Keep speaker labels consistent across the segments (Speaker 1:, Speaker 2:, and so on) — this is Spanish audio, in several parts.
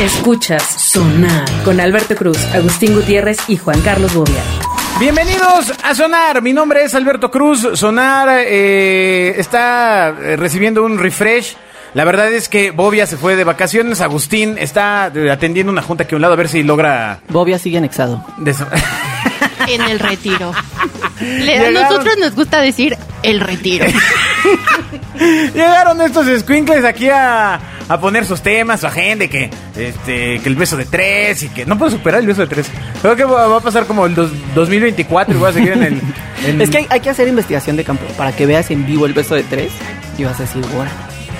Speaker 1: Escuchas Sonar con Alberto Cruz, Agustín Gutiérrez y Juan Carlos Bobia.
Speaker 2: Bienvenidos a Sonar, mi nombre es Alberto Cruz. Sonar eh, está eh, recibiendo un refresh. La verdad es que Bobia se fue de vacaciones, Agustín está eh, atendiendo una junta que a un lado a ver si logra...
Speaker 3: Bobia sigue anexado.
Speaker 2: des-
Speaker 4: en el retiro. Le- a
Speaker 2: Llegaron.
Speaker 4: nosotros nos gusta decir el retiro.
Speaker 2: Llegaron estos squinkles aquí a, a poner sus temas, su agenda, y que, este, que el beso de tres y que... No puedo superar el beso de tres. Creo que va, va a pasar como el dos- 2024 y voy a seguir en el... en-
Speaker 3: Es que hay, hay que hacer investigación de campo para que veas en vivo el beso de tres y vas a decir, ahora.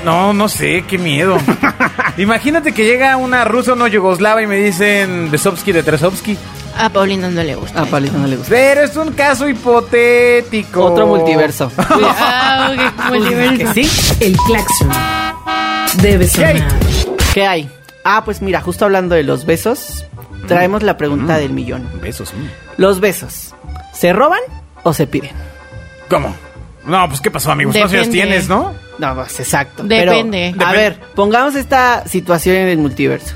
Speaker 2: No, no sé, qué miedo. Imagínate que llega una rusa o no yugoslava y me dicen Besovsky de Tresovsky.
Speaker 4: A Paulina no le gusta.
Speaker 3: A Paulita Ah, no le gusta. Oh.
Speaker 2: Pero es un caso hipotético.
Speaker 3: Otro multiverso.
Speaker 4: Ah, ok, como el
Speaker 3: ¿Que
Speaker 4: universo.
Speaker 3: sí?
Speaker 1: El claxon debe sonar.
Speaker 3: ¿Qué hay? Ah, pues mira, justo hablando de los besos, traemos la pregunta del millón.
Speaker 2: Besos. mm.
Speaker 3: ¿Los besos se roban o se piden?
Speaker 2: ¿Cómo? No, pues ¿qué pasó, amigos? ¿Cuántos años
Speaker 4: Depende.
Speaker 2: tienes, no?
Speaker 3: No, pues exacto.
Speaker 4: Depende.
Speaker 3: Pero, a
Speaker 2: Depende.
Speaker 3: ver, pongamos esta situación en el multiverso.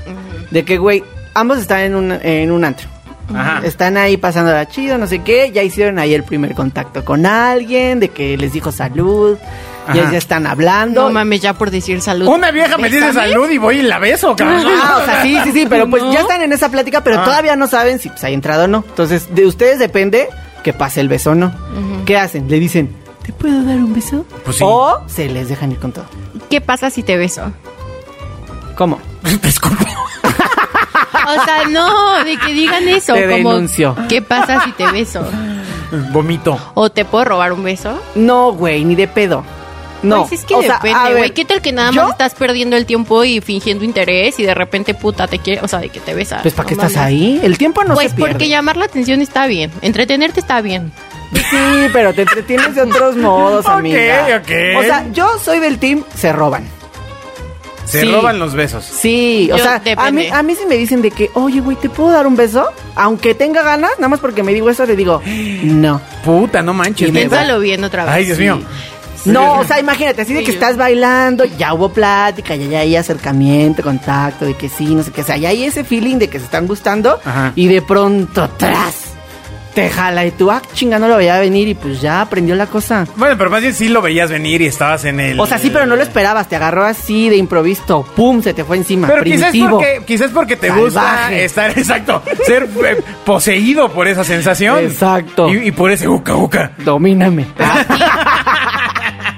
Speaker 3: De que, güey, ambos están en un, en un antro.
Speaker 2: Ajá.
Speaker 3: Están ahí pasándola chido, no sé qué. Ya hicieron ahí el primer contacto con alguien, de que les dijo salud. Ya,
Speaker 2: Ajá.
Speaker 3: ya están hablando.
Speaker 4: No mames, ya por decir salud.
Speaker 2: Una vieja me dice
Speaker 4: Bésame.
Speaker 2: salud y voy y la beso, cabrón.
Speaker 3: Ah, o sea, sí, sí, sí, pero pues
Speaker 4: No.
Speaker 3: ya están en esa plática, pero
Speaker 2: Ah.
Speaker 3: todavía no saben si pues, hay entrado o no. Entonces, de ustedes depende que pase el beso o no. ¿Qué hacen? Le dicen, ¿te puedo dar un beso?
Speaker 2: Pues sí.
Speaker 3: O se les dejan ir con todo.
Speaker 4: ¿Qué pasa si te beso?
Speaker 3: ¿Cómo?
Speaker 2: Te escupo.
Speaker 4: O sea, no, de que digan eso.
Speaker 3: Te
Speaker 4: como,
Speaker 3: denuncio.
Speaker 4: ¿Qué pasa si te beso?
Speaker 2: Vomito.
Speaker 4: ¿O te puedo robar un beso?
Speaker 3: No, güey, ni de pedo. No.
Speaker 4: Pues es que
Speaker 3: O sea, a
Speaker 4: depende, güey.
Speaker 3: ver,
Speaker 4: ¿Qué tal que nada
Speaker 3: ¿yo?
Speaker 4: más estás perdiendo el tiempo y fingiendo interés y de repente puta te quiere? O sea, de que te besas.
Speaker 3: Pues, ¿para
Speaker 4: No
Speaker 3: qué estás
Speaker 4: mames.
Speaker 3: ahí? El tiempo no
Speaker 4: pues
Speaker 3: se pierde.
Speaker 4: porque llamar la atención está bien, entretenerte está bien.
Speaker 3: Sí, pero te entretienes de otros modos,
Speaker 2: Ok,
Speaker 3: amiga.
Speaker 2: ok.
Speaker 3: O sea, yo soy del team, se roban.
Speaker 2: Se
Speaker 3: Sí.
Speaker 2: roban los besos.
Speaker 3: Sí, o
Speaker 4: Yo-
Speaker 3: sea, a
Speaker 4: depende.
Speaker 3: mí, a mí sí me dicen de que, oye, güey, ¿te puedo dar un beso? Aunque tenga ganas, nada más porque me digo eso, le digo, no.
Speaker 2: Puta, no manches.
Speaker 3: Y me
Speaker 2: ¿neta?
Speaker 4: Piénsalo bien otra vez.
Speaker 2: Ay, Dios
Speaker 4: Sí.
Speaker 2: mío.
Speaker 3: No, o sea, imagínate, así de que
Speaker 4: Sí, yo-
Speaker 3: estás bailando, ya hubo plática, ya, ya hay acercamiento, contacto, de que sí, no sé qué, o sea, ya hay ese feeling de que se están gustando
Speaker 2: Ajá.
Speaker 3: y de pronto, tras, te jala y tú, ah, chinga, no lo veía venir y pues ya aprendió la cosa.
Speaker 2: Bueno, pero más bien sí lo veías venir y estabas en el...
Speaker 3: O sea, sí, pero no lo esperabas, te agarró así de improviso, pum, se te fue encima.
Speaker 2: Pero quizás
Speaker 3: primitivo.
Speaker 2: porque, quizás porque te gusta
Speaker 3: Salvaje.
Speaker 2: estar, exacto, ser eh, poseído por esa sensación.
Speaker 3: Exacto.
Speaker 2: Y, y por ese uca uca.
Speaker 3: Domíname. Ah,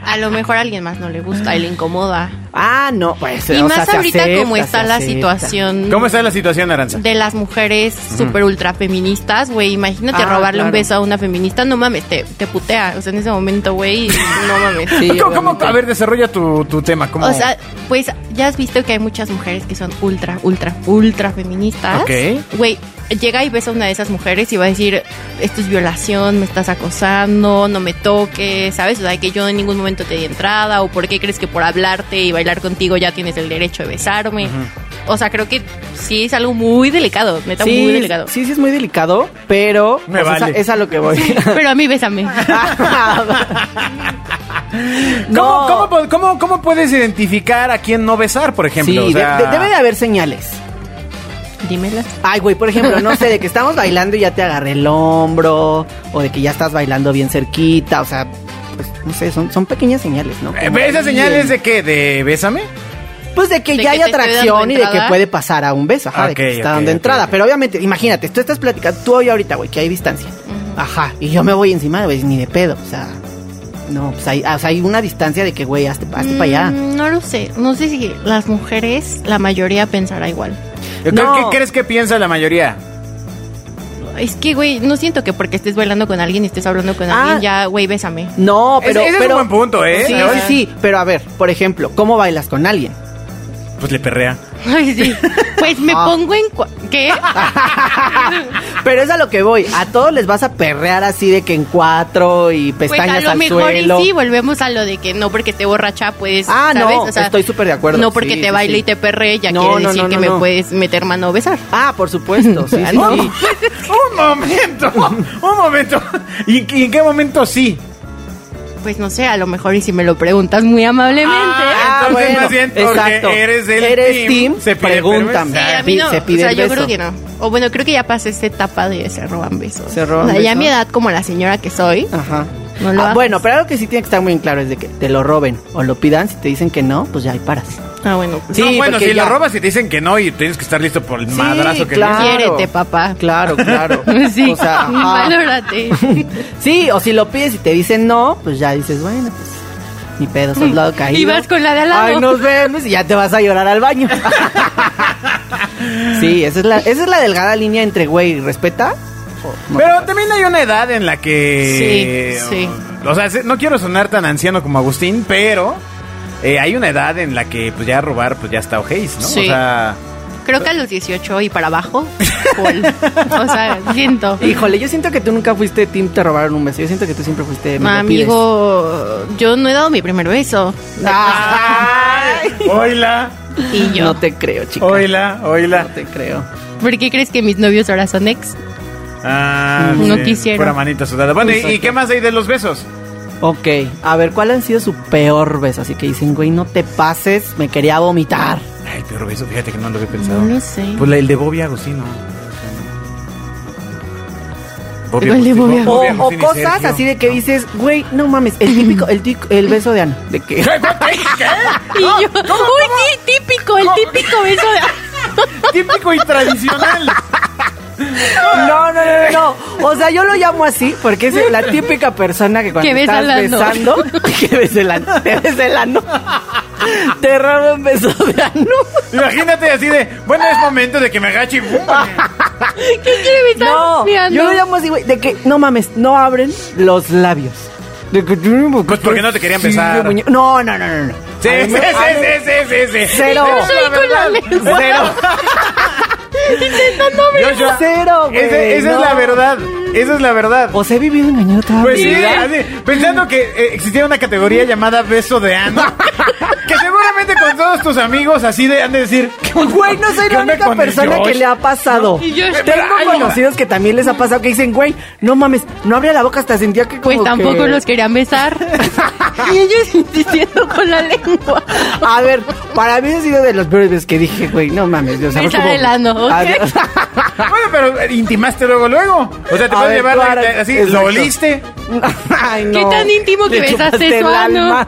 Speaker 4: A lo mejor a alguien más no le gusta y le incomoda.
Speaker 3: Ah, no, pues.
Speaker 4: Y
Speaker 3: o
Speaker 4: más
Speaker 3: sea, se
Speaker 4: ahorita
Speaker 3: acepta,
Speaker 4: como está
Speaker 3: se
Speaker 4: la
Speaker 3: acepta.
Speaker 4: situación
Speaker 2: ¿Cómo está la situación, Aranza?
Speaker 4: de las mujeres super ultra feministas, güey. Imagínate
Speaker 3: Ah,
Speaker 4: robarle un
Speaker 3: claro.
Speaker 4: beso a una feminista, no mames, te, te putea. O sea, en ese momento, güey, no mames.
Speaker 3: Sí,
Speaker 2: ¿Cómo- cómo-
Speaker 3: obviamente.
Speaker 2: a ver, desarrolla tu, tu tema. ¿cómo?
Speaker 4: O sea, pues ya has visto que hay muchas mujeres que son ultra, ultra, ultra feministas.
Speaker 2: Ok.
Speaker 4: Güey, llega y ves a una de esas mujeres y va a decir, esto es violación, me estás acosando, no me toques, ¿sabes? O sea, que yo en ningún momento te di entrada o por qué crees que por hablarte y bailar contigo ya tienes el derecho de besarme. O sea, creo que sí es algo muy delicado, neta,
Speaker 3: Sí,
Speaker 4: muy delicado.
Speaker 3: sí, sí es muy delicado, pero
Speaker 2: Me
Speaker 3: o sea,
Speaker 2: vale.
Speaker 3: esa- es a lo que voy.
Speaker 4: Pero a mí bésame.
Speaker 2: ¿Cómo,
Speaker 3: No.
Speaker 2: cómo po- cómo- cómo puedes identificar a quién no besar, por
Speaker 3: Sí,
Speaker 2: ejemplo? O
Speaker 3: de-
Speaker 2: sea,
Speaker 3: de- debe de haber señales.
Speaker 4: Dímela.
Speaker 3: Ay, güey, por ejemplo, no sé, de que estamos bailando y ya te agarré el hombro, o de que ya estás bailando bien cerquita, o sea, pues no sé, son, son pequeñas señales, ¿no?
Speaker 2: Eh,
Speaker 3: Como
Speaker 2: ¿Esas
Speaker 3: ahí
Speaker 2: señales
Speaker 3: el-
Speaker 2: de qué? ¿De bésame?
Speaker 3: Pues de que ya
Speaker 4: De que
Speaker 3: hay
Speaker 4: te estoy
Speaker 3: atracción
Speaker 4: dando
Speaker 3: y de que
Speaker 4: entrada.
Speaker 3: puede pasar a un beso, ajá, de que
Speaker 2: Ok,
Speaker 3: te está
Speaker 2: ok,
Speaker 3: dando
Speaker 2: ok,
Speaker 3: entrada.
Speaker 2: ok.
Speaker 3: Pero obviamente, imagínate, tú estás platicando, tú hoy ahorita, güey, que hay distancia. Ajá, y yo me voy encima, güey, ni de pedo, o sea, no, pues hay, ah, o sea, hay una distancia de que, güey, hazte, hazte para allá.
Speaker 4: Mm, No lo sé. No sé si las mujeres, la mayoría pensará igual.
Speaker 2: ¿Qué-
Speaker 3: No.
Speaker 2: ¿Qué crees que piensa la mayoría?
Speaker 4: Es que, güey, no siento que porque estés bailando con alguien y estés hablando con
Speaker 3: Ah.
Speaker 4: alguien, ya, güey, bésame.
Speaker 3: No,
Speaker 2: Ese-
Speaker 3: pero...
Speaker 2: ese es un
Speaker 3: pero-
Speaker 2: buen punto, ¿eh?
Speaker 3: Sí,
Speaker 2: La
Speaker 3: sí,
Speaker 2: verdad.
Speaker 3: sí, pero a ver, por ejemplo, ¿cómo bailas con alguien?
Speaker 2: Pues le perrea.
Speaker 4: Ay, sí. Pues me
Speaker 3: Ah.
Speaker 4: pongo en... cua- ¿Qué?
Speaker 3: Pero es a lo que voy, a todos les vas a perrear así de que en cuatro y
Speaker 4: Pues
Speaker 3: pestañas
Speaker 4: a lo
Speaker 3: al
Speaker 4: mejor
Speaker 3: suelo.
Speaker 4: y sí, volvemos a lo de que no porque esté borracha, pues,
Speaker 3: Ah, no,
Speaker 4: ¿sabes?
Speaker 3: estoy súper de acuerdo.
Speaker 4: No porque
Speaker 3: Sí,
Speaker 4: te
Speaker 3: sí,
Speaker 4: baile
Speaker 3: sí.
Speaker 4: y te perre, ya
Speaker 3: No,
Speaker 4: quiere
Speaker 3: no,
Speaker 4: decir
Speaker 3: no,
Speaker 4: que
Speaker 3: no,
Speaker 4: me
Speaker 3: no.
Speaker 4: puedes meter mano o besar.
Speaker 3: Ah, por supuesto, sí, sí,
Speaker 4: No.
Speaker 3: sí.
Speaker 2: Un momento, un momento. ¿Y, y en qué momento sí?
Speaker 4: Pues no sé, a lo mejor y si me lo preguntas muy amablemente.
Speaker 2: Ah, Entonces, más bien, porque
Speaker 3: exacto.
Speaker 2: eres del team, se pide
Speaker 3: pregúntame.
Speaker 4: Sí,
Speaker 2: permiso.
Speaker 4: a mí
Speaker 3: Pi-
Speaker 4: no,
Speaker 3: se pide
Speaker 4: o sea,
Speaker 3: el
Speaker 4: yo
Speaker 3: beso.
Speaker 4: creo que no. O bueno, creo que ya pasé esta etapa de se roban besos.
Speaker 3: Se roban
Speaker 4: O sea, ya a
Speaker 3: besos.
Speaker 4: mi edad, como la señora que soy,
Speaker 3: Ajá.
Speaker 4: No lo
Speaker 3: Ah,
Speaker 4: hagas.
Speaker 3: bueno, pero algo que sí tiene que estar muy en claro es de que te lo roben o lo pidan. Si te dicen que no, pues ya ahí paras.
Speaker 4: ah, bueno, pues,
Speaker 3: Sí,
Speaker 2: no, bueno,
Speaker 3: porque
Speaker 2: si
Speaker 3: ya-
Speaker 2: lo robas y te dicen que no y tienes que estar listo por el madrazo que
Speaker 3: claro.
Speaker 2: le
Speaker 4: quiérete, papá.
Speaker 3: Claro, claro.
Speaker 4: Sí,
Speaker 3: O sea, ajá.
Speaker 4: valórate.
Speaker 3: Sí, o si lo pides y te dicen no, pues ya dices, bueno, pues mi pedo, soldado caído.
Speaker 4: Y vas con la de al lado.
Speaker 3: Ay, nos vemos y ya te vas a llorar al baño. sí, esa es la, esa es la delgada línea entre güey, respeta. o no
Speaker 2: Pero también hay una edad en la que...
Speaker 4: Sí, sí.
Speaker 2: O sea, se- no quiero sonar tan anciano como Agustín, pero eh, hay una edad en la que pues ya robar pues ya está ojéis, ¿no?
Speaker 4: Sí.
Speaker 2: O sea...
Speaker 4: Creo que a los 18 y para abajo, cool. O sea, siento.
Speaker 3: Híjole, yo siento que tú nunca fuiste team, te robaron un beso. Yo siento que tú siempre fuiste. me lo
Speaker 4: Amigo, yo no he dado mi primer beso.
Speaker 3: pides. Ay,
Speaker 2: Oila,
Speaker 4: Y yo.
Speaker 3: no te creo, chica.
Speaker 2: oila,
Speaker 3: No
Speaker 2: oila.
Speaker 3: te creo.
Speaker 4: ¿Por qué crees que mis novios ahora son ex?
Speaker 2: Ah,
Speaker 4: No
Speaker 2: sí,
Speaker 4: quisieron.
Speaker 2: Pura manita sudada. Bueno, ¿y, y qué más hay de los besos?
Speaker 3: Ok, a ver, ¿cuál han sido su peor beso? Así que dicen, güey, no te pases, me quería vomitar.
Speaker 2: Ay, el peor beso, fíjate que no lo había pensado.
Speaker 4: No lo sé.
Speaker 2: Pues la- el de Bobby Agustino. Bobby
Speaker 4: El de
Speaker 2: Agustino.
Speaker 3: O,
Speaker 4: Bobby
Speaker 2: Bobby
Speaker 3: o
Speaker 2: Agustín y
Speaker 3: cosas
Speaker 2: Sergio.
Speaker 3: así de que dices, güey, no mames, el típico, el, tic- el beso de Ana. De que.
Speaker 4: Y yo, uy, sí, típico, el típico beso de...
Speaker 2: Típico y tradicional.
Speaker 3: No, no, no, no, no. O sea, yo lo llamo así porque es la típica persona que cuando
Speaker 4: Que besa
Speaker 3: estás
Speaker 4: el ano.
Speaker 3: besando, que ves el ano, te ves el ano, te roba un beso de ano.
Speaker 2: Imagínate así de, bueno, es momento de que me agache y ¡pum!
Speaker 3: Ah,
Speaker 4: ¿Qué quiere besar?
Speaker 3: No,
Speaker 4: Mi ano.
Speaker 3: yo lo llamo así, güey, de que no mames, no abren los labios. De que,
Speaker 2: Pues porque no te querían
Speaker 3: Sí,
Speaker 2: besar.
Speaker 3: muñe- No, no, no, no. no.
Speaker 2: Sí,
Speaker 3: A mí
Speaker 2: sí, sí,
Speaker 3: me- a mí-
Speaker 2: sí, sí, sí, sí.
Speaker 3: Cero.
Speaker 2: Esa es
Speaker 4: Yo soy con la lengua.
Speaker 2: Cero. Yo- yo-
Speaker 3: Cero, güey,
Speaker 2: Esa- Esa es
Speaker 3: no.
Speaker 2: la verdad. Esa es la verdad.
Speaker 3: O sea, he vivido engañado toda
Speaker 2: Pues
Speaker 3: mi
Speaker 2: sí,
Speaker 3: vida.
Speaker 2: así, pensando que eh, existía una categoría llamada beso de ano. que seguramente con todos tus amigos así de han de decir.
Speaker 3: Pues, Güey, no soy
Speaker 2: ¿Qué
Speaker 3: la
Speaker 2: onda
Speaker 3: única
Speaker 2: con el
Speaker 3: persona
Speaker 2: Josh?
Speaker 3: que le ha pasado.
Speaker 4: Y yo-
Speaker 3: Tengo
Speaker 2: Ay, no.
Speaker 3: conocidos que también les ha pasado que dicen, güey, no mames, no abría la boca hasta sentía que como
Speaker 4: Pues tampoco
Speaker 3: que-
Speaker 4: los querían besar. y ellos insistiendo con la lengua.
Speaker 3: A ver, para mí ha sido de los peores veces que dije, güey, no mames. Yo
Speaker 4: Besar el ano, ¿ok?
Speaker 2: Bueno, pero eh, intimaste luego, luego. O sea, te
Speaker 3: A
Speaker 2: puedes
Speaker 3: ver,
Speaker 2: llevar
Speaker 3: claro,
Speaker 2: eh, así,
Speaker 3: exacto.
Speaker 2: lo oliste.
Speaker 3: Ay,
Speaker 4: Qué
Speaker 3: no.
Speaker 4: tan íntimo que
Speaker 3: Le
Speaker 4: besaste
Speaker 3: chupaste
Speaker 4: su
Speaker 3: el
Speaker 4: ano.
Speaker 3: alma.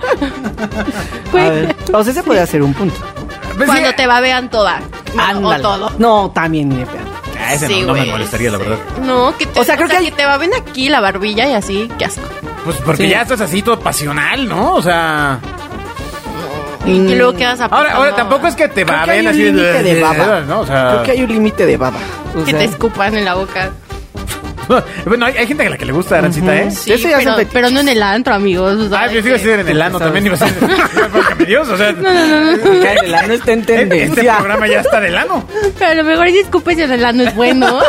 Speaker 3: A ver, o sea, se puede hacer un punto.
Speaker 2: Pues,
Speaker 4: Pues, Cuando
Speaker 2: sí.
Speaker 4: te babean toda. Bueno, o
Speaker 3: Ándale.
Speaker 4: todo.
Speaker 3: No, también ni de pedo.
Speaker 2: Ah, ese
Speaker 4: Sí,
Speaker 2: no, no me
Speaker 4: güey,
Speaker 2: molestaría, la
Speaker 4: sí.
Speaker 2: verdad.
Speaker 4: No, que te,
Speaker 3: O sea, creo que hay-
Speaker 4: te baben aquí la barbilla y así, qué asco.
Speaker 2: Pues porque
Speaker 3: Sí.
Speaker 2: ya estás así todo pasional, ¿no? O sea.
Speaker 4: Y
Speaker 3: Mm.
Speaker 4: que luego quedas
Speaker 2: Ahora, ahora tampoco es que te
Speaker 3: Creo que hay
Speaker 2: baben
Speaker 3: un
Speaker 2: así
Speaker 3: límite de baba.
Speaker 2: ¿no? O sea.
Speaker 3: Creo que hay un límite de baba. O
Speaker 4: Que
Speaker 3: sea,
Speaker 4: te escupan en la boca.
Speaker 2: bueno, hay, hay gente a la que le gusta Arancita, ¿eh?
Speaker 4: Sí,
Speaker 3: Eso ya
Speaker 4: pero,
Speaker 3: son fetiches.
Speaker 4: pero no en el antro, amigos. o sea,
Speaker 2: Ah,
Speaker 4: de
Speaker 2: yo digo
Speaker 4: que-
Speaker 2: así en el ano también iba a ser. Válgame Dios, o sea.
Speaker 3: Cállala, no está en
Speaker 2: Este este
Speaker 3: tendencia.
Speaker 2: programa ya está del ano.
Speaker 4: Pero a lo mejor si escupes en el ano es bueno.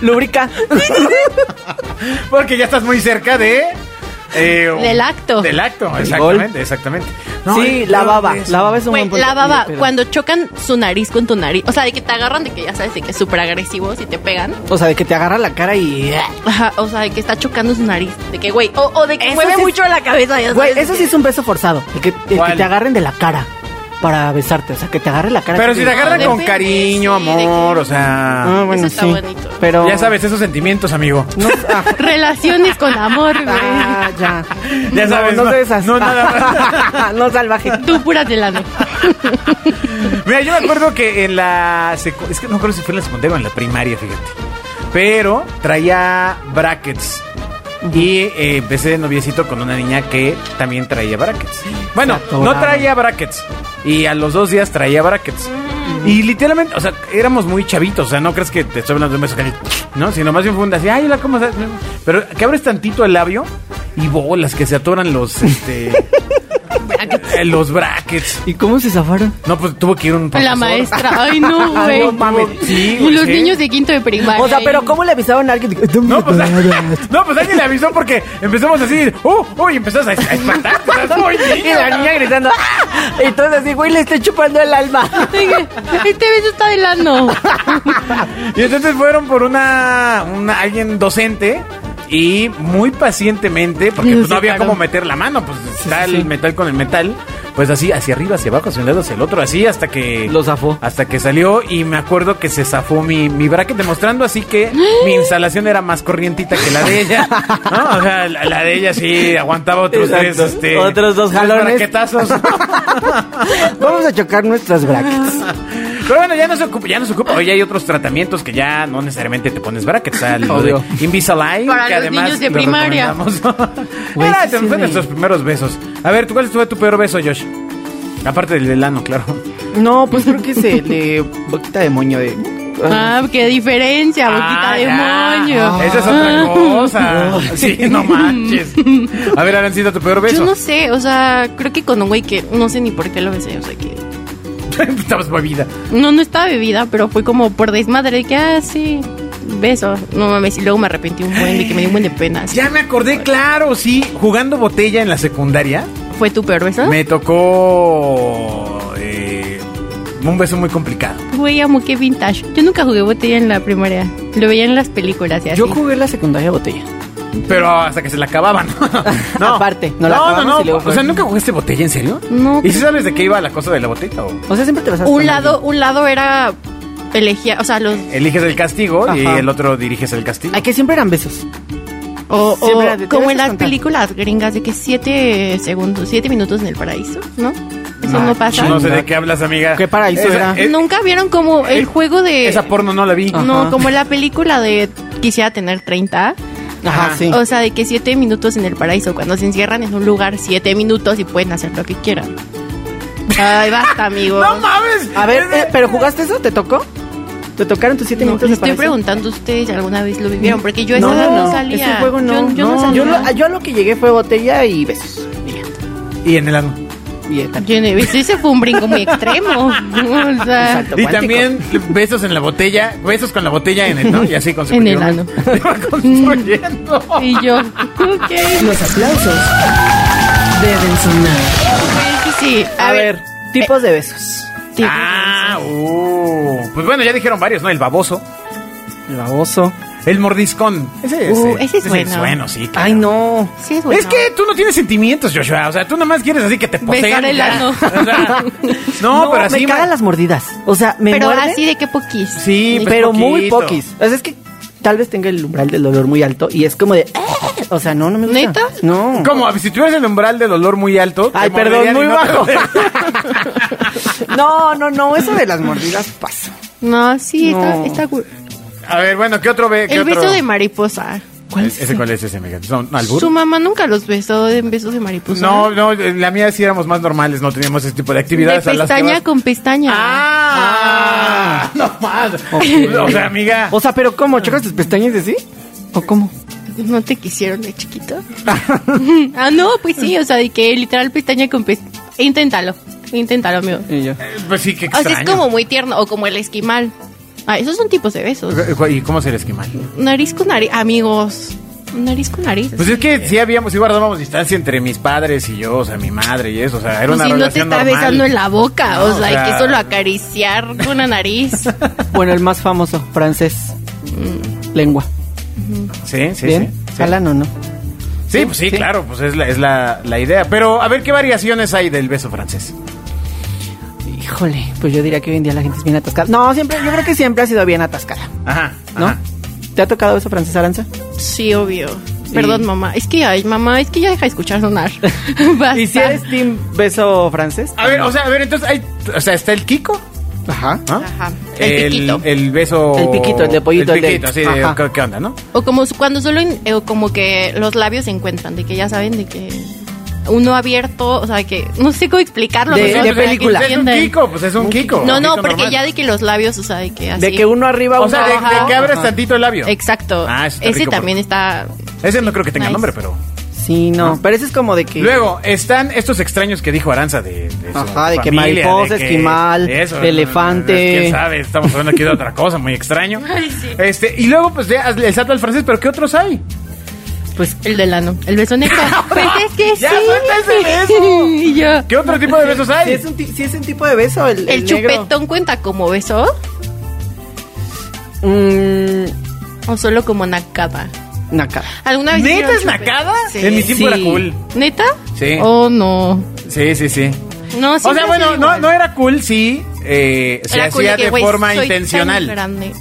Speaker 3: Lubrica.
Speaker 2: Porque ya estás muy cerca de. eh,
Speaker 4: Del acto.
Speaker 2: Del acto,
Speaker 3: Del
Speaker 2: exactamente,
Speaker 3: gol.
Speaker 2: exactamente.
Speaker 3: sí,
Speaker 2: el
Speaker 3: la
Speaker 2: peor
Speaker 3: baba.
Speaker 2: beso.
Speaker 3: La baba eh, es un
Speaker 4: Güey,
Speaker 3: buen punto.
Speaker 4: la baba,
Speaker 3: Pero-
Speaker 4: cuando chocan su nariz con tu nariz, o sea, de que te agarran, de que ya sabes, de que es súper agresivos y te pegan.
Speaker 3: O sea, de que te agarra la cara y... eh,
Speaker 4: Ajá, o sea, de que está chocando su nariz. De que, güey, o, o de que
Speaker 3: Eso
Speaker 4: mueve
Speaker 3: sí es-
Speaker 4: mucho la cabeza. ya
Speaker 3: Güey,
Speaker 4: sabes,
Speaker 3: eso
Speaker 4: de
Speaker 3: sí
Speaker 4: que-
Speaker 3: es un beso forzado. El que, el
Speaker 2: ¿Cuál?
Speaker 3: que te agarren de la cara para besarte. O sea, que te agarre la cara.
Speaker 2: Pero si te agarran
Speaker 4: Depende,
Speaker 2: con cariño,
Speaker 4: sí, de
Speaker 2: amor,
Speaker 4: que-
Speaker 2: o sea.
Speaker 3: Ah, bueno,
Speaker 4: Eso está
Speaker 3: sí.
Speaker 4: bonito.
Speaker 3: Pero...
Speaker 2: Ya sabes, esos sentimientos, amigo.
Speaker 3: No, ah,
Speaker 4: Relaciones con amor, güey.
Speaker 3: ah, ya.
Speaker 2: Ya
Speaker 3: No,
Speaker 2: sabes,
Speaker 3: No,
Speaker 2: no-
Speaker 3: de esas.
Speaker 2: no, nada
Speaker 3: no salvaje.
Speaker 4: Tú puras del ano.
Speaker 2: Mira, yo me acuerdo que en la. secu- Es que no creo si fue en la secundaria o en la primaria, fíjate. Pero traía brackets. Y eh, empecé de noviecito con una niña que también traía brackets. Bueno,
Speaker 3: Saturado.
Speaker 2: no traía brackets. Y a los dos días traía brackets. Y literalmente, o sea, éramos muy chavitos. O sea, no crees que te estoy hablando de un beso que- ¿no? Sino más bien fue un así, ay, hola, ¿cómo estás? Pero que abres tantito el labio y bolas, que se atoran los, este, eh, los brackets.
Speaker 3: ¿Y cómo se zafaron?
Speaker 2: No, pues tuvo que ir un profesor.
Speaker 4: La maestra. Ay, no,
Speaker 3: Ah,
Speaker 4: güey.
Speaker 3: no mames.
Speaker 2: Sí,
Speaker 4: Y
Speaker 2: güey,
Speaker 4: los
Speaker 2: sí.
Speaker 4: niños de quinto de primaria.
Speaker 3: O sea, pero
Speaker 4: y-
Speaker 3: ¿cómo le avisaron a alguien?
Speaker 2: No, pues, no, pues alguien le avisó porque empezamos así, ¡oh! ¡oh! Y empezás a, a espantarte, estás muy
Speaker 3: Y
Speaker 2: niño.
Speaker 3: la niña gritando. ¡Ah! Y todos así, güey, le estoy chupando el alma.
Speaker 4: Este beso está del ano.
Speaker 2: Y entonces fueron por una, una alguien docente y muy pacientemente, porque
Speaker 4: Lo
Speaker 2: pues, no había
Speaker 4: separó.
Speaker 2: cómo meter la mano, pues está
Speaker 3: sí,
Speaker 2: el
Speaker 3: sí.
Speaker 2: metal con el metal. pues así, hacia arriba, hacia abajo, hacia un lado, hacia el otro, así hasta que...
Speaker 5: Lo zafó.
Speaker 2: Hasta que salió y me acuerdo que se zafó mi, mi bracket, demostrando así que mi instalación era más corrientita que la de ella. ¿no? O sea, la, la de ella sí aguantaba otros tres,
Speaker 5: Exacto.
Speaker 2: este,
Speaker 5: Otros dos
Speaker 2: tres
Speaker 5: jalones.
Speaker 2: braquetazos.
Speaker 3: Vamos a chocar nuestras brackets.
Speaker 2: Pero bueno, ya nos ocupa, ya nos ocupa. Hoy hay otros tratamientos que ya no necesariamente te pones brackets. Está lo de
Speaker 5: Obvio.
Speaker 2: Invisalign,
Speaker 4: Para
Speaker 2: que
Speaker 4: los
Speaker 2: además
Speaker 4: niños de
Speaker 2: lo
Speaker 4: primaria.
Speaker 2: recomendamos.
Speaker 3: Güey,
Speaker 2: Era,
Speaker 3: sí, sí,
Speaker 2: fue
Speaker 3: me-
Speaker 2: nuestros primeros besos. A ver, ¿tú cuál fue tu peor beso, Josh? Aparte del del ano, claro.
Speaker 3: No, pues creo que se le boquita de moño de.
Speaker 4: Ah, qué diferencia, boquita
Speaker 2: Ah,
Speaker 4: de
Speaker 2: ya.
Speaker 4: moño. Ah,
Speaker 2: Esa es otra
Speaker 3: Ah.
Speaker 2: cosa. sí, no manches. A ver, Arancita, tu peor
Speaker 4: Yo
Speaker 2: beso.
Speaker 4: no sé, o sea, creo que con un güey que no sé ni por qué lo besé, o sea que.
Speaker 2: Estabas bebida.
Speaker 4: No, no estaba bebida, pero fue como por desmadre, que ah, sí, beso. No mames, y luego me arrepentí un buen de que me dio un buen de penas.
Speaker 2: Ya me acordé, claro, sí. Jugando botella en la secundaria.
Speaker 4: ¿Fue tu peor
Speaker 3: ¿Ah?
Speaker 4: beso?
Speaker 2: Me tocó eh, un beso muy complicado.
Speaker 4: Güey, amo qué vintage. Yo nunca jugué botella en la primaria. Lo veía en las películas y así.
Speaker 3: Ah, Yo jugué la secundaria botella.
Speaker 2: Pero hasta que se la acababan.
Speaker 3: Aparte, no la
Speaker 2: no,
Speaker 3: acabamos
Speaker 2: no,
Speaker 3: y luego
Speaker 2: O sea,
Speaker 3: fue-
Speaker 2: ¿nunca jugaste botella, en serio?
Speaker 4: No,
Speaker 2: ¿Y
Speaker 4: creo
Speaker 2: si sabes de qué iba la cosa de la botella? o?
Speaker 3: O sea, siempre te vas a.
Speaker 4: un lado, un lado era elegía, o sea, los
Speaker 2: Eliges el castigo y
Speaker 3: Ajá.
Speaker 2: el otro diriges el castigo.
Speaker 3: Ay, que siempre eran besos.
Speaker 4: o,
Speaker 3: Siempre
Speaker 4: o
Speaker 3: era de, "Te
Speaker 4: como
Speaker 3: vas
Speaker 4: en
Speaker 3: a
Speaker 4: las
Speaker 3: contar".
Speaker 4: películas gringas de que siete segundos, siete minutos en el paraíso, ¿no? Eso no pasa.
Speaker 2: No sé de qué hablas, amiga.
Speaker 3: ¿Qué paraíso
Speaker 2: Esa-
Speaker 3: era?
Speaker 2: eh,
Speaker 4: Nunca vieron como el
Speaker 2: eh,
Speaker 4: juego de
Speaker 2: Esa porno no la vi.
Speaker 4: no, como la película de quisiera tener 30.
Speaker 3: Ajá,
Speaker 2: Ajá.
Speaker 3: sí.
Speaker 4: O sea, de que siete minutos en el paraíso, cuando se encierran en un lugar siete minutos y pueden hacer lo que quieran. Ay, basta, amigo.
Speaker 2: ¡No mames!
Speaker 3: A ver,
Speaker 2: Es-
Speaker 3: eh, ¿pero jugaste eso? ¿Te tocó? ¿Te tocaron tus siete
Speaker 4: No,
Speaker 3: minutos
Speaker 4: les
Speaker 3: de
Speaker 4: estoy
Speaker 3: paraíso?
Speaker 4: preguntando a ustedes si alguna vez lo vivieron, porque yo esa
Speaker 3: No,
Speaker 4: edad
Speaker 3: no,
Speaker 4: no,
Speaker 3: no,
Speaker 4: salía.
Speaker 3: ese juego no.
Speaker 4: Yo, yo no,
Speaker 3: no,
Speaker 4: salía.
Speaker 3: yo lo- ah, yo a lo que llegué fue botella y besos.
Speaker 2: Y en el ano.
Speaker 3: Y eh, también.
Speaker 4: Yo no- ese fue un brinco muy extremo. O sea,
Speaker 3: Exacto.
Speaker 2: Y
Speaker 3: Cuántico.
Speaker 2: también besos en la botella, besos con la botella en el ¿no? y así
Speaker 4: en el
Speaker 2: consecutivamente.
Speaker 4: ano.
Speaker 2: Te va construyendo.
Speaker 4: Y yo, ok.
Speaker 1: Los aplausos deben sonar.
Speaker 4: Sí, sí.
Speaker 3: A, ver, tipos de besos.
Speaker 4: sí.
Speaker 2: Ah, uh. Pues bueno, ya dijeron varios, ¿no? El baboso,
Speaker 3: El baboso.
Speaker 2: el mordiscón. Ese es,
Speaker 4: Uh, ese es
Speaker 2: el
Speaker 4: bueno.
Speaker 2: sueno, sí. claro.
Speaker 3: Ay, no.
Speaker 4: Sí, es bueno.
Speaker 2: Es que tú no tienes sentimientos, Joshua. O sea, tú nada más quieres así que te poseen.
Speaker 4: Besar el
Speaker 2: ya.
Speaker 4: ano.
Speaker 2: O sea, no, pero así.
Speaker 3: Me cagan las mordidas. O sea, me
Speaker 4: Pero
Speaker 3: muerden,
Speaker 4: así de qué poquis.
Speaker 2: Sí, pues,
Speaker 3: pero muy
Speaker 2: poquito.
Speaker 3: poquis. O sea, es que tal vez tenga el umbral del dolor muy alto y es como de. "Eh", O sea, no, no me gusta.
Speaker 4: ¿Neta?
Speaker 3: No.
Speaker 2: Como si tuvieras el umbral del olor muy alto. te
Speaker 3: Ay,
Speaker 2: morderían
Speaker 3: perdón,
Speaker 2: y
Speaker 3: muy
Speaker 2: no te-
Speaker 3: bajo. no, no, no. Eso de las mordidas pasa.
Speaker 4: No, sí,
Speaker 3: No.
Speaker 4: está, está cool.
Speaker 2: A ver, bueno, ¿qué otro ve? ¿Qué
Speaker 4: El
Speaker 2: otro?
Speaker 4: beso de mariposa.
Speaker 3: ¿Cuál es
Speaker 2: ¿Ese cuál es ese, Miguel? ¿Son albur?
Speaker 4: Su mamá nunca los besó en besos de mariposa.
Speaker 2: No, no, en la mía sí éramos más normales, no teníamos ese tipo de
Speaker 4: De
Speaker 2: actividades. a las que
Speaker 4: pestaña
Speaker 2: vas-
Speaker 4: con pestaña.
Speaker 2: ¡Ah! No más. O sea, amiga.
Speaker 3: O sea, pero ¿cómo? ¿Chocas tus pestañas así? ¿O cómo?
Speaker 4: ¿No te quisieron de chiquito? ah, no, pues sí, o sea, de que literal pestaña con pestaña. Inténtalo, inténtalo, amigo.
Speaker 3: Y yo.
Speaker 2: Pues sí, que
Speaker 4: O
Speaker 2: extraño.
Speaker 4: sea, es como muy tierno, o como el esquimal. Ah, esos son tipos de besos.
Speaker 2: ¿Y cómo se les quema?
Speaker 4: Nariz con nariz, amigos. Nariz con nariz.
Speaker 2: Pues es que sí habíamos, sí guardábamos distancia entre mis padres y yo, o sea, mi madre y eso, o sea, era
Speaker 4: Pues
Speaker 2: una
Speaker 4: si no te
Speaker 2: relación
Speaker 4: está
Speaker 2: normal.
Speaker 4: besando en la boca,
Speaker 2: No,
Speaker 4: o sea,
Speaker 2: o
Speaker 4: hay
Speaker 2: sea-
Speaker 4: que solo acariciar con la nariz.
Speaker 3: Bueno, el más famoso, francés. Lengua.
Speaker 2: Sí, sí,
Speaker 3: ¿Bien?
Speaker 2: sí. Sí.
Speaker 3: ¿Jalan o no?
Speaker 2: Sí, pues sí, claro, pues es, la, es la, la idea. Pero a ver qué variaciones hay del beso francés.
Speaker 3: Híjole, pues yo diría que hoy en día la gente es bien atascada. No, siempre, yo creo que siempre ha sido bien atascada,
Speaker 2: Ajá,
Speaker 3: ¿no?
Speaker 2: ajá.
Speaker 3: ¿Te ha tocado eso, Francesa Aranza?
Speaker 4: Sí, obvio. Perdón, mamá. Es que, ay, mamá, es que ya deja de escuchar sonar. Basta.
Speaker 3: ¿Y si eres team beso francés?
Speaker 2: A ver, o sea, a ver, entonces hay, o sea, está el Kiko,
Speaker 3: Ajá.
Speaker 2: ¿no?
Speaker 4: Ajá, ¿Ah? el piquito.
Speaker 2: el beso.
Speaker 3: El piquito, el de pollito,
Speaker 2: El
Speaker 3: el de-
Speaker 2: piquito, sí, de-
Speaker 3: Ajá.
Speaker 2: ¿qué- ¿qué onda, no?
Speaker 4: O como su- cuando solo, en- eh, o como que los labios se encuentran, de que ya saben, de que uno abierto, o sea, que no sé cómo explicarlo.
Speaker 3: De-
Speaker 4: no sé,
Speaker 3: de
Speaker 4: para que
Speaker 3: película.
Speaker 2: pues Es un
Speaker 4: entiendan.
Speaker 2: Kiko, pues es un Kiko.
Speaker 4: No, no,
Speaker 2: Kiko
Speaker 4: porque
Speaker 2: normal.
Speaker 4: ya de que los labios, o sea, de que así.
Speaker 3: De que uno arriba,
Speaker 2: O
Speaker 3: uno
Speaker 2: sea, de,
Speaker 3: abajo.
Speaker 2: de que abres
Speaker 3: Ajá.
Speaker 2: tantito el labio.
Speaker 4: Exacto.
Speaker 2: Ah, eso está
Speaker 4: Ese
Speaker 2: rico,
Speaker 4: también
Speaker 2: porque-
Speaker 4: está.
Speaker 2: Ese no creo que tenga
Speaker 4: Nice.
Speaker 2: nombre, pero.
Speaker 3: Sí, no, pero ese es como de que...
Speaker 2: Ah. Luego están estos extraños que dijo Aranza de, de su
Speaker 3: Ajá, de que
Speaker 2: familia,
Speaker 3: mariposa,
Speaker 2: de que-
Speaker 3: esquimal, de elefante.
Speaker 2: ¿Quién sabe? Estamos hablando aquí de otra cosa muy extraño. Este, y luego, pues, ya, el salto al francés, pero ¿qué otros hay?
Speaker 4: Pues el del ano, el beso negro. pues es que
Speaker 2: Ya,
Speaker 4: sí.
Speaker 2: suelta ese beso.
Speaker 4: Y yo,
Speaker 2: ¿Qué otro tipo de besos
Speaker 3: Si
Speaker 2: hay?
Speaker 3: es, un ti- sí es un tipo de beso, el,
Speaker 4: El
Speaker 3: negro.
Speaker 4: chupetón cuenta como beso
Speaker 3: Mm,
Speaker 4: o solo como nacada.
Speaker 3: naca.
Speaker 4: ¿Alguna vez?
Speaker 2: ¿Neta
Speaker 4: hicieron
Speaker 2: es
Speaker 4: chupetón?
Speaker 2: nacada?
Speaker 4: Sí.
Speaker 2: En mi tiempo
Speaker 3: Sí.
Speaker 2: era cool.
Speaker 4: ¿Neta?
Speaker 2: Sí.
Speaker 4: Oh, no.
Speaker 2: Sí, sí, sí.
Speaker 4: No,
Speaker 2: o sea,
Speaker 4: siempre ha
Speaker 2: bueno,
Speaker 4: sido
Speaker 2: no,
Speaker 4: igual.
Speaker 2: no era cool si eh, se
Speaker 4: Era cool
Speaker 2: hacía
Speaker 4: que,
Speaker 2: de
Speaker 4: güey,
Speaker 2: forma
Speaker 4: soy tan
Speaker 2: intencional.
Speaker 4: grande.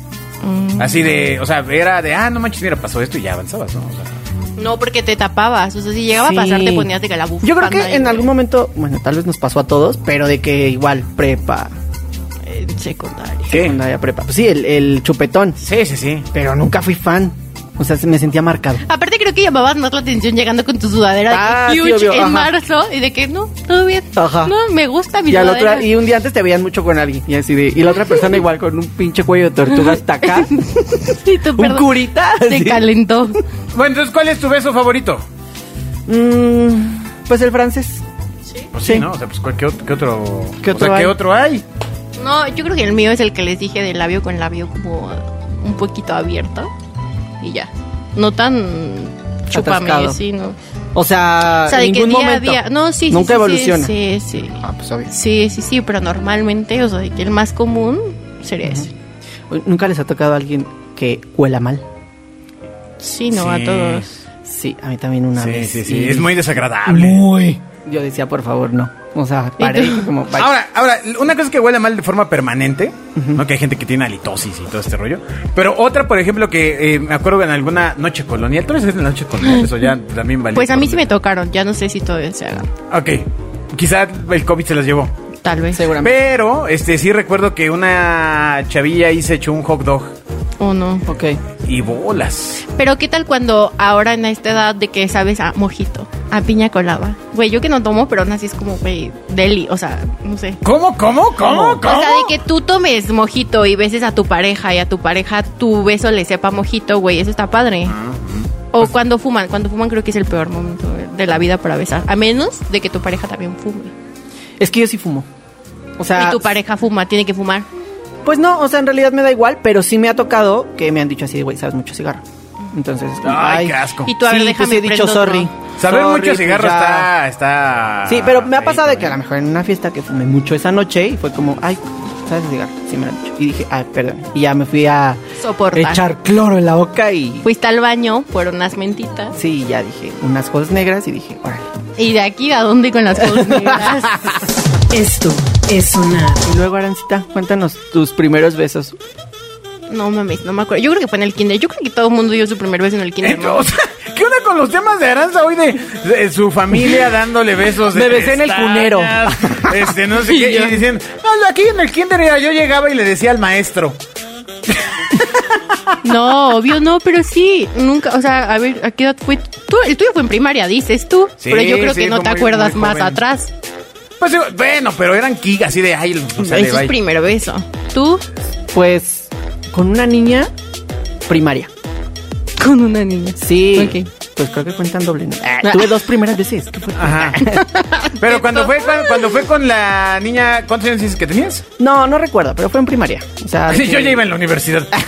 Speaker 4: Mm.
Speaker 2: Así de, o sea, era de, ah, no manches, mira, pasó esto y ya avanzabas, ¿no? O sea,
Speaker 4: No, porque te tapabas. O sea, si llegaba
Speaker 3: Sí.
Speaker 4: a pasar, te ponías de que la
Speaker 3: Yo creo
Speaker 4: bufanda
Speaker 3: que
Speaker 4: y-
Speaker 3: en algún momento, bueno, tal vez nos pasó a todos, pero de que igual prepa,
Speaker 4: eh, secundaria.
Speaker 2: ¿Qué?
Speaker 3: secundaria prepa. Pues sí, el, el chupetón.
Speaker 2: Sí, sí, sí.
Speaker 3: Pero nunca fui fan. O sea, se me sentía marcado.
Speaker 4: Aparte, creo que llamabas más la atención llegando con tu sudadera de
Speaker 3: Ah, sí,
Speaker 4: huge
Speaker 3: obvio,
Speaker 4: en
Speaker 3: ajá.
Speaker 4: marzo y de que no, todo bien.
Speaker 3: Ajá.
Speaker 4: No, me gusta mi
Speaker 3: Y, al
Speaker 4: sudadera.
Speaker 3: otro, y un día antes te veían mucho con alguien. Y así de, y la otra persona igual con un pinche cuello de tortuga hasta acá.
Speaker 4: Sí, tú,
Speaker 3: un
Speaker 4: perdón.
Speaker 3: curita.
Speaker 4: Te
Speaker 3: así.
Speaker 4: calentó.
Speaker 2: Bueno, entonces, ¿cuál es tu beso favorito?
Speaker 3: Mm, pues el francés.
Speaker 2: Pues sí,
Speaker 3: Sí.
Speaker 2: ¿no? O sea, pues, ¿cuál- ¿qué, ot- qué otro?
Speaker 3: ¿Qué
Speaker 2: o sea,
Speaker 3: otro hay?
Speaker 2: ¿qué otro hay?
Speaker 4: No, yo creo que el mío es el que les dije de labio con labio como un poquito abierto y ya. No tan chúpame,
Speaker 3: Atascado.
Speaker 4: sí, no.
Speaker 3: O sea,
Speaker 4: O sea, de
Speaker 3: en
Speaker 4: que
Speaker 3: ningún
Speaker 4: día
Speaker 3: momento.
Speaker 4: a día, no, sí, sí,
Speaker 3: Nunca
Speaker 4: sí, sí,
Speaker 3: evoluciona.
Speaker 4: Sí, sí.
Speaker 3: Ah, pues obvio.
Speaker 4: Sí, sí, sí, pero normalmente, o sea, de que el más común sería ese.
Speaker 3: Nunca les ha tocado a alguien que huela mal.
Speaker 4: Sí, no
Speaker 2: Sí.
Speaker 4: a todos.
Speaker 3: Sí, a mí también una
Speaker 2: Sí,
Speaker 3: vez.
Speaker 2: sí, sí.
Speaker 3: y
Speaker 2: Es muy desagradable.
Speaker 3: muy- Yo decía, por favor, no. O sea, paré y fue como. bye.
Speaker 2: Ahora, ahora, una cosa es que huele mal de forma permanente, ¿no? Que hay gente que tiene halitosis y todo este rollo. Pero otra, por ejemplo, que eh, me acuerdo en alguna noche colonial. ¿Tú no en la noche colonial? Eso ya también vale.
Speaker 4: Pues a mí sí me tocaron, ya no sé si todavía se haga.
Speaker 2: Ok. Quizá el COVID se las llevó.
Speaker 4: Tal vez.
Speaker 3: seguramente.
Speaker 2: Pero, este, sí recuerdo que una chavilla ahí se echó un hot dog
Speaker 4: O no.
Speaker 3: Ok.
Speaker 2: y bolas.
Speaker 4: Pero ¿qué tal cuando ahora en esta edad de que sabes a mojito, a piña colada? Güey, yo que no tomo, pero aún así es como, güey, deli, o sea, no sé.
Speaker 2: ¿Cómo, cómo, cómo, cómo?
Speaker 4: O sea, de que tú tomes mojito y beses a tu pareja y a tu pareja tu beso le sepa mojito, güey, eso está padre.
Speaker 2: Ah,
Speaker 4: O cuando fuman, cuando fuman creo que es el peor momento de la vida para besar, a menos de que tu pareja también fume.
Speaker 3: Es que yo sí fumo. O sea,
Speaker 4: y tu pareja fuma, tiene que fumar.
Speaker 3: pues no, o sea, en realidad me da igual, pero sí me ha tocado que me han dicho así, de, güey, sabes mucho cigarro. Entonces, es como,
Speaker 2: Ay, qué asco.
Speaker 4: Y tú, a ver,
Speaker 3: sí,
Speaker 4: déjame
Speaker 3: pues he dicho
Speaker 4: prendo
Speaker 3: sorry.
Speaker 4: otro.
Speaker 2: Saber
Speaker 3: Sorry,
Speaker 2: mucho
Speaker 3: pues
Speaker 2: cigarro está,
Speaker 3: ya.
Speaker 2: está.
Speaker 3: Sí, pero me ha pasado de
Speaker 2: feito,
Speaker 3: que a lo mejor en una fiesta que fumé mucho esa noche y fue como, ay, sabes cigarro, sí me lo han dicho. Y dije, ay, perdón. Y ya me fui a
Speaker 4: Soportar.
Speaker 3: echar cloro en la boca y
Speaker 4: Fuiste al baño por unas mentitas.
Speaker 3: sí, ya dije, unas cosas negras y dije, órale.
Speaker 4: ¿Y de aquí a dónde con las cosas negras?
Speaker 1: Esto es sonar.
Speaker 3: Y luego, Arancita, cuéntanos tus primeros besos.
Speaker 4: No mames, no me acuerdo. Yo creo que fue en el kinder. Yo creo que todo el mundo dio su primer beso en el kinder.
Speaker 2: Entonces,
Speaker 4: ¿no?
Speaker 2: o sea, ¿Qué onda con los temas de Aranza hoy de, de su familia dándole besos? De
Speaker 3: Me besé en el
Speaker 2: pestañas,
Speaker 3: cunero.
Speaker 2: Este, no sé qué. Y dicen, "No, aquí en el kinder era yo llegaba y le decía al maestro.
Speaker 4: No, obvio no, pero sí. Nunca, o sea, a ver, ¿a qué edad fue? Tú, el tuyo fue en primaria, dices tú.
Speaker 2: Sí,
Speaker 4: pero yo creo
Speaker 2: sí,
Speaker 4: que no
Speaker 2: fue
Speaker 4: te
Speaker 2: muy-
Speaker 4: acuerdas
Speaker 2: muy
Speaker 4: más
Speaker 2: joven.
Speaker 4: atrás.
Speaker 2: Pues digo, bueno, pero eran kick así de ay, o sea, de,
Speaker 4: Ese es
Speaker 2: bye".
Speaker 4: primer beso. Tú
Speaker 3: Pues con una niña primaria.
Speaker 4: con una niña.
Speaker 3: Sí.
Speaker 4: Ok.
Speaker 3: Pues creo que cuentan doble. ¿no? Ah, tuve dos primeras veces. ¿Qué fue?
Speaker 2: Ajá. Pero cuando fue cuando, cuando fue con la niña, ¿cuántos años dices que tenías?
Speaker 3: No, no recuerdo, pero fue en primaria. O sea, de
Speaker 2: Ah, Sí, yo
Speaker 3: que-
Speaker 2: ya iba en la universidad.
Speaker 4: Ah,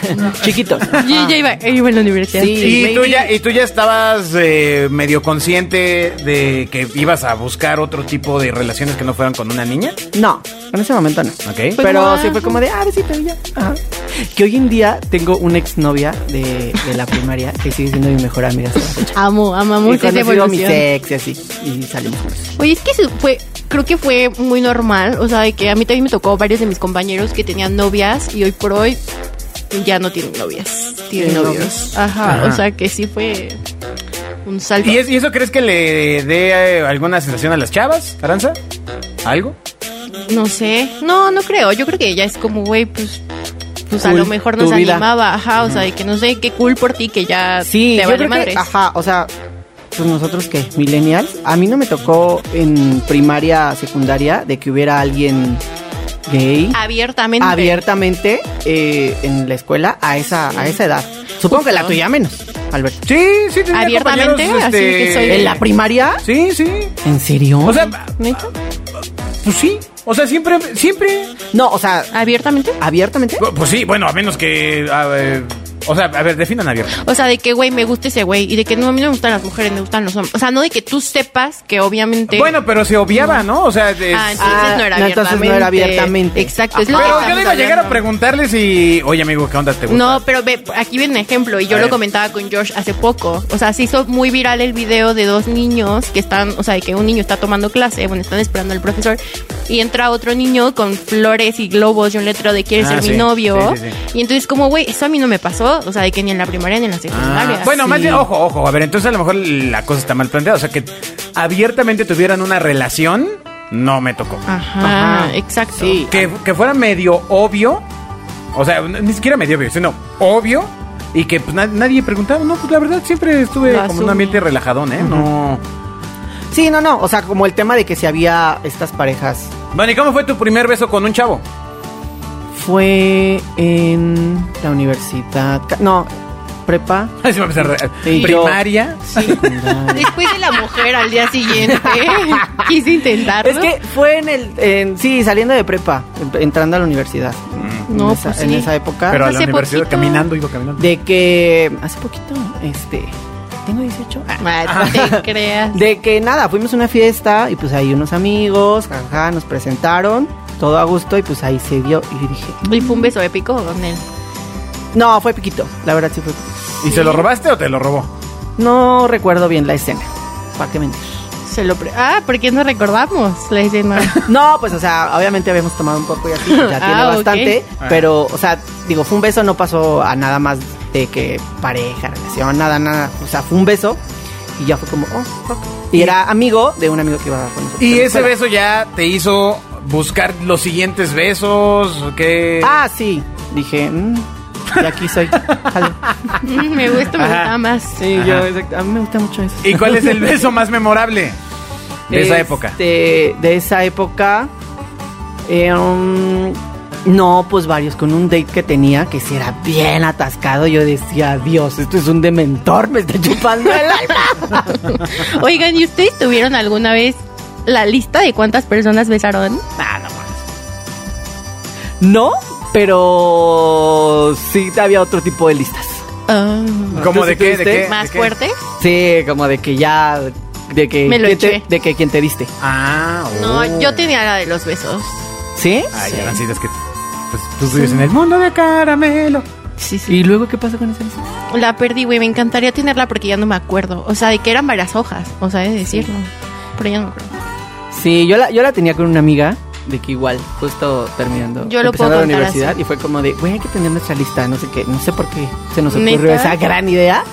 Speaker 3: chiquitos.
Speaker 4: Yo ya iba, yo iba en la universidad.
Speaker 3: Sí.
Speaker 2: Y tú
Speaker 3: maybe-
Speaker 2: ya, y tú ya estabas eh, medio consciente de que ibas a buscar otro tipo de relaciones que no fueran con una niña.
Speaker 3: No, en ese momento no.
Speaker 2: Ok.
Speaker 3: pero
Speaker 4: no,
Speaker 3: sí fue como de, ah, besito, y ya. Ajá. Que hoy en día tengo una exnovia de, de la primaria que sigue siendo mi mejor amiga. hasta la fecha.
Speaker 4: Amo,
Speaker 3: Y
Speaker 4: amamos esa
Speaker 3: conocido a mi
Speaker 4: evolución.
Speaker 3: sex y así. Y salimos juntos.
Speaker 4: Oye, es que eso fue, creo que fue muy normal, o sea, de que a mí también me tocó varios de mis compañeros que tenían novias y hoy por hoy ya no tienen novias, tienen
Speaker 3: Tienen
Speaker 4: novios. Ajá,
Speaker 2: Ajá.
Speaker 4: o sea que sí fue un salto.
Speaker 2: ¿Y, es- y eso crees que le dé eh, alguna sensación a las chavas, Aranza? ¿Algo?
Speaker 4: No sé, no, no creo, yo creo que ya es como, güey, pues, pues a
Speaker 3: Cool,
Speaker 4: lo mejor
Speaker 3: tu
Speaker 4: nos
Speaker 3: vida.
Speaker 4: animaba, ajá, o sea, de que no sé, qué cool por ti que ya
Speaker 3: Sí,
Speaker 4: te
Speaker 3: yo
Speaker 4: vale
Speaker 3: creo
Speaker 4: madres.
Speaker 3: que, ah, ajá, o sea, pues nosotros que millennials, a mí no me tocó en primaria, secundaria de que hubiera alguien gay
Speaker 4: Abiertamente.
Speaker 3: abiertamente eh, en la escuela a esa a esa edad. Supongo que la
Speaker 4: Justo.
Speaker 3: tuya menos, Alberto.
Speaker 2: Sí, sí, tenía
Speaker 4: Abiertamente,
Speaker 2: compañeros, este,
Speaker 4: así que soy-
Speaker 3: ¿En la primaria?
Speaker 2: Sí, sí.
Speaker 3: ¿En serio?
Speaker 2: O sea,
Speaker 4: ¿Neta?
Speaker 2: pues sí. O sea, siempre, siempre.
Speaker 3: no, o sea,
Speaker 4: ¿Abiertamente?
Speaker 3: abiertamente.
Speaker 2: Pues sí, bueno, a menos que. a ver, O sea, a ver, definan abierta.
Speaker 4: O sea, de que, güey, me gusta ese güey. Y de que no, a mí no me gustan las mujeres, me gustan los hombres. O sea, no de que tú sepas que obviamente.
Speaker 2: Bueno, pero se obviaba, ¿no? O sea, de-
Speaker 4: Ah, entonces
Speaker 3: Ah,
Speaker 4: no era
Speaker 3: no, entonces no
Speaker 4: abiertamente.
Speaker 3: era abiertamente.
Speaker 4: Exacto, es lo que
Speaker 2: pero yo
Speaker 4: estamos
Speaker 2: le iba a llegar a
Speaker 4: hablando.
Speaker 2: preguntarle si, oye amigo, ¿qué onda te gusta?
Speaker 4: No, pero ve, aquí viene un ejemplo y yo
Speaker 2: A
Speaker 4: lo
Speaker 2: ver.
Speaker 4: comentaba con Josh hace poco. O sea, se hizo muy viral el video de dos niños que están, o sea, de que un niño está tomando clase, bueno, están esperando al profesor y entra otro niño con flores y globos y un letrero de quieres
Speaker 2: Ah,
Speaker 4: ser
Speaker 2: sí,
Speaker 4: mi novio.
Speaker 2: sí, sí,
Speaker 4: Y entonces como, güey, eso a mí no me pasó, o sea, de que ni en la primaria ni en la secundaria.
Speaker 2: Ah, bueno,
Speaker 4: Sí.
Speaker 2: más bien, ojo, ojo. A ver, entonces a lo mejor la cosa está mal planteada. O sea, que abiertamente tuvieran una relación, no me tocó.
Speaker 4: Ah. Ajá,
Speaker 3: Ajá.
Speaker 4: exacto.
Speaker 3: Sí.
Speaker 2: Que, que fuera medio obvio, o sea, n- ni siquiera medio obvio, sino obvio, y que pues, na- nadie preguntaba. No, pues la verdad siempre estuve
Speaker 4: Lo
Speaker 2: como en un
Speaker 4: asumí.
Speaker 2: ambiente relajadón, ¿eh? No.
Speaker 3: Sí, no, no. O sea, como el tema de que si había estas parejas.
Speaker 2: Bueno, ¿y cómo fue tu primer beso con un chavo?
Speaker 3: Fue en la universidad. ca- No, prepa.
Speaker 2: Ay, se me empezó a re-
Speaker 3: Sí, yo-
Speaker 2: Primaria.
Speaker 3: secundaria.
Speaker 4: Después de la mujer al día siguiente, quise intentarlo.
Speaker 3: Es que fue en el. en- sí, saliendo de prepa, en- entrando a la universidad.
Speaker 4: No,
Speaker 3: en esa,
Speaker 4: pues
Speaker 3: en
Speaker 4: sí.
Speaker 3: esa época.
Speaker 2: Pero a la
Speaker 4: Hace
Speaker 2: universidad
Speaker 4: poquito.
Speaker 2: caminando, iba caminando.
Speaker 3: De que. Hace poquito, este. Tengo 18. Ah.
Speaker 4: Ah, no te creas.
Speaker 3: De que nada, fuimos a una fiesta y pues ahí unos amigos, jaja, nos presentaron, todo a gusto y pues ahí se dio. Y yo dije,
Speaker 4: ¿Y fue un beso épico con él?
Speaker 3: no, fue piquito, la verdad sí fue piquito.
Speaker 2: ¿Y se lo robaste o te lo robó?
Speaker 3: No recuerdo bien la escena, ¿para qué mentir?
Speaker 4: Se lo pre- ah, ¿por qué no recordamos? Le dice, no.
Speaker 3: No, pues o sea, obviamente habíamos tomado un poco y así, pues, ya tiene
Speaker 4: Ah, ok.
Speaker 3: bastante,
Speaker 2: Ah.
Speaker 3: pero o sea, digo, fue un beso, no pasó a nada más de que pareja, relación, nada, nada, o sea, fue un beso y ya fue como, oh, ok. Y era amigo de un amigo que iba con nosotros. en
Speaker 2: ¿Y
Speaker 3: la
Speaker 2: ese
Speaker 3: escuela.
Speaker 2: beso ya te hizo buscar los siguientes besos? ¿Qué?
Speaker 3: Ah, sí, dije, mm, de aquí soy, jalo.
Speaker 4: Mm, me gusta, me
Speaker 2: Ajá.
Speaker 4: gusta más.
Speaker 3: Sí,
Speaker 2: Ajá.
Speaker 3: yo, exacto. a mí me gusta mucho eso.
Speaker 2: ¿Y cuál es el beso más memorable de esa
Speaker 3: Este,
Speaker 2: época?
Speaker 3: De esa época. eh, um, no, pues varios. Con un date que tenía, que si era bien atascado, yo decía, Dios, esto es un dementor, me está chupando el alma.
Speaker 4: Oigan, ¿y ustedes tuvieron alguna vez la lista de cuántas personas besaron?
Speaker 3: Nah, no mames. No, pero sí había otro tipo de listas.
Speaker 4: Ah.
Speaker 2: ¿Cómo
Speaker 3: ¿tú sí
Speaker 2: de qué? ¿De
Speaker 3: tuviste?
Speaker 2: qué?
Speaker 4: ¿Más
Speaker 2: ¿De qué?
Speaker 4: fuerte?
Speaker 3: Sí, como de que ya. De que,
Speaker 4: Me lo
Speaker 3: quién te-
Speaker 4: eché.
Speaker 3: de que quien te diste.
Speaker 2: Ah, oh.
Speaker 4: No, yo tenía la de los besos.
Speaker 3: ¿Sí?
Speaker 2: Ay, Arancita, es que pues, tú vives en el mundo de caramelo.
Speaker 4: Sí, sí.
Speaker 3: ¿Y luego qué pasa con esa lista?
Speaker 4: La perdí, güey. Me encantaría tenerla porque ya no me acuerdo. O sea, de que eran varias hojas. O sea, de decirlo. Pero ya no me acuerdo.
Speaker 3: Sí, yo la, yo la tenía con una amiga de que igual, justo terminando.
Speaker 4: Yo lo
Speaker 3: empezando
Speaker 4: puedo
Speaker 3: la
Speaker 4: contar
Speaker 3: universidad
Speaker 4: así.
Speaker 3: y fue como de, güey, hay que tener nuestra lista, no sé qué, no sé por qué se nos ocurrió
Speaker 4: ¿Neta?
Speaker 3: esa gran idea.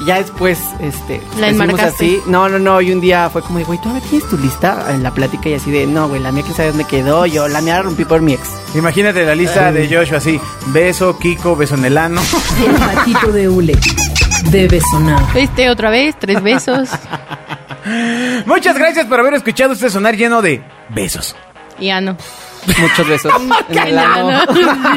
Speaker 3: Y ya después, este,
Speaker 4: La
Speaker 3: hicimos
Speaker 4: enmarcaste.
Speaker 3: así. No, no, no, y un día fue como de, güey, ¿todavía tienes tu lista? En la plática y así de, no, güey, la mía quién sabe dónde quedó, yo la mía la rompí por mi ex.
Speaker 2: Imagínate la lista de Joshua así: beso, Kiko, beso en el ano.
Speaker 1: El patito de hule debe sonar.
Speaker 4: Este otra vez, tres besos.
Speaker 2: Muchas gracias por haber escuchado este sonar lleno de besos.
Speaker 4: y ya no.
Speaker 3: Muchos besos. en el ano.
Speaker 4: Ah,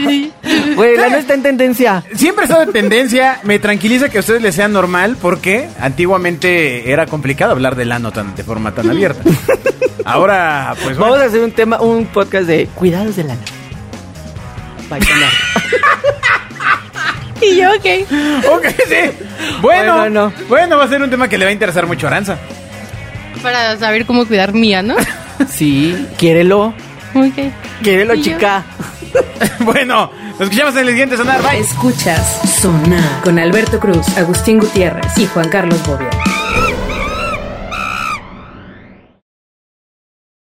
Speaker 4: Sí.
Speaker 3: Güey, la no está en tendencia.
Speaker 2: Siempre he estado en tendencia. Me tranquiliza que a ustedes les sea normal porque antiguamente era complicado hablar del ano tan, de forma tan abierta. Ahora, pues bueno.
Speaker 3: Vamos a hacer un tema, un podcast de cuidados del ano. Bye, con la-
Speaker 4: Y yo, ok.
Speaker 2: Ok, sí. Bueno,
Speaker 3: Bueno,
Speaker 2: bueno,
Speaker 3: no.
Speaker 2: va a ser un tema que le va a interesar mucho a Aranza.
Speaker 4: Para saber cómo cuidar mía, ¿no?
Speaker 3: Sí, quiérelo.
Speaker 4: Ok.
Speaker 3: Quiérelo,
Speaker 4: Y yo-
Speaker 3: chica.
Speaker 2: bueno, nos escuchamos en el siguiente sonar. Bye.
Speaker 1: Escuchas Sonar con Alberto Cruz, Agustín Gutiérrez y Juan Carlos Bobia.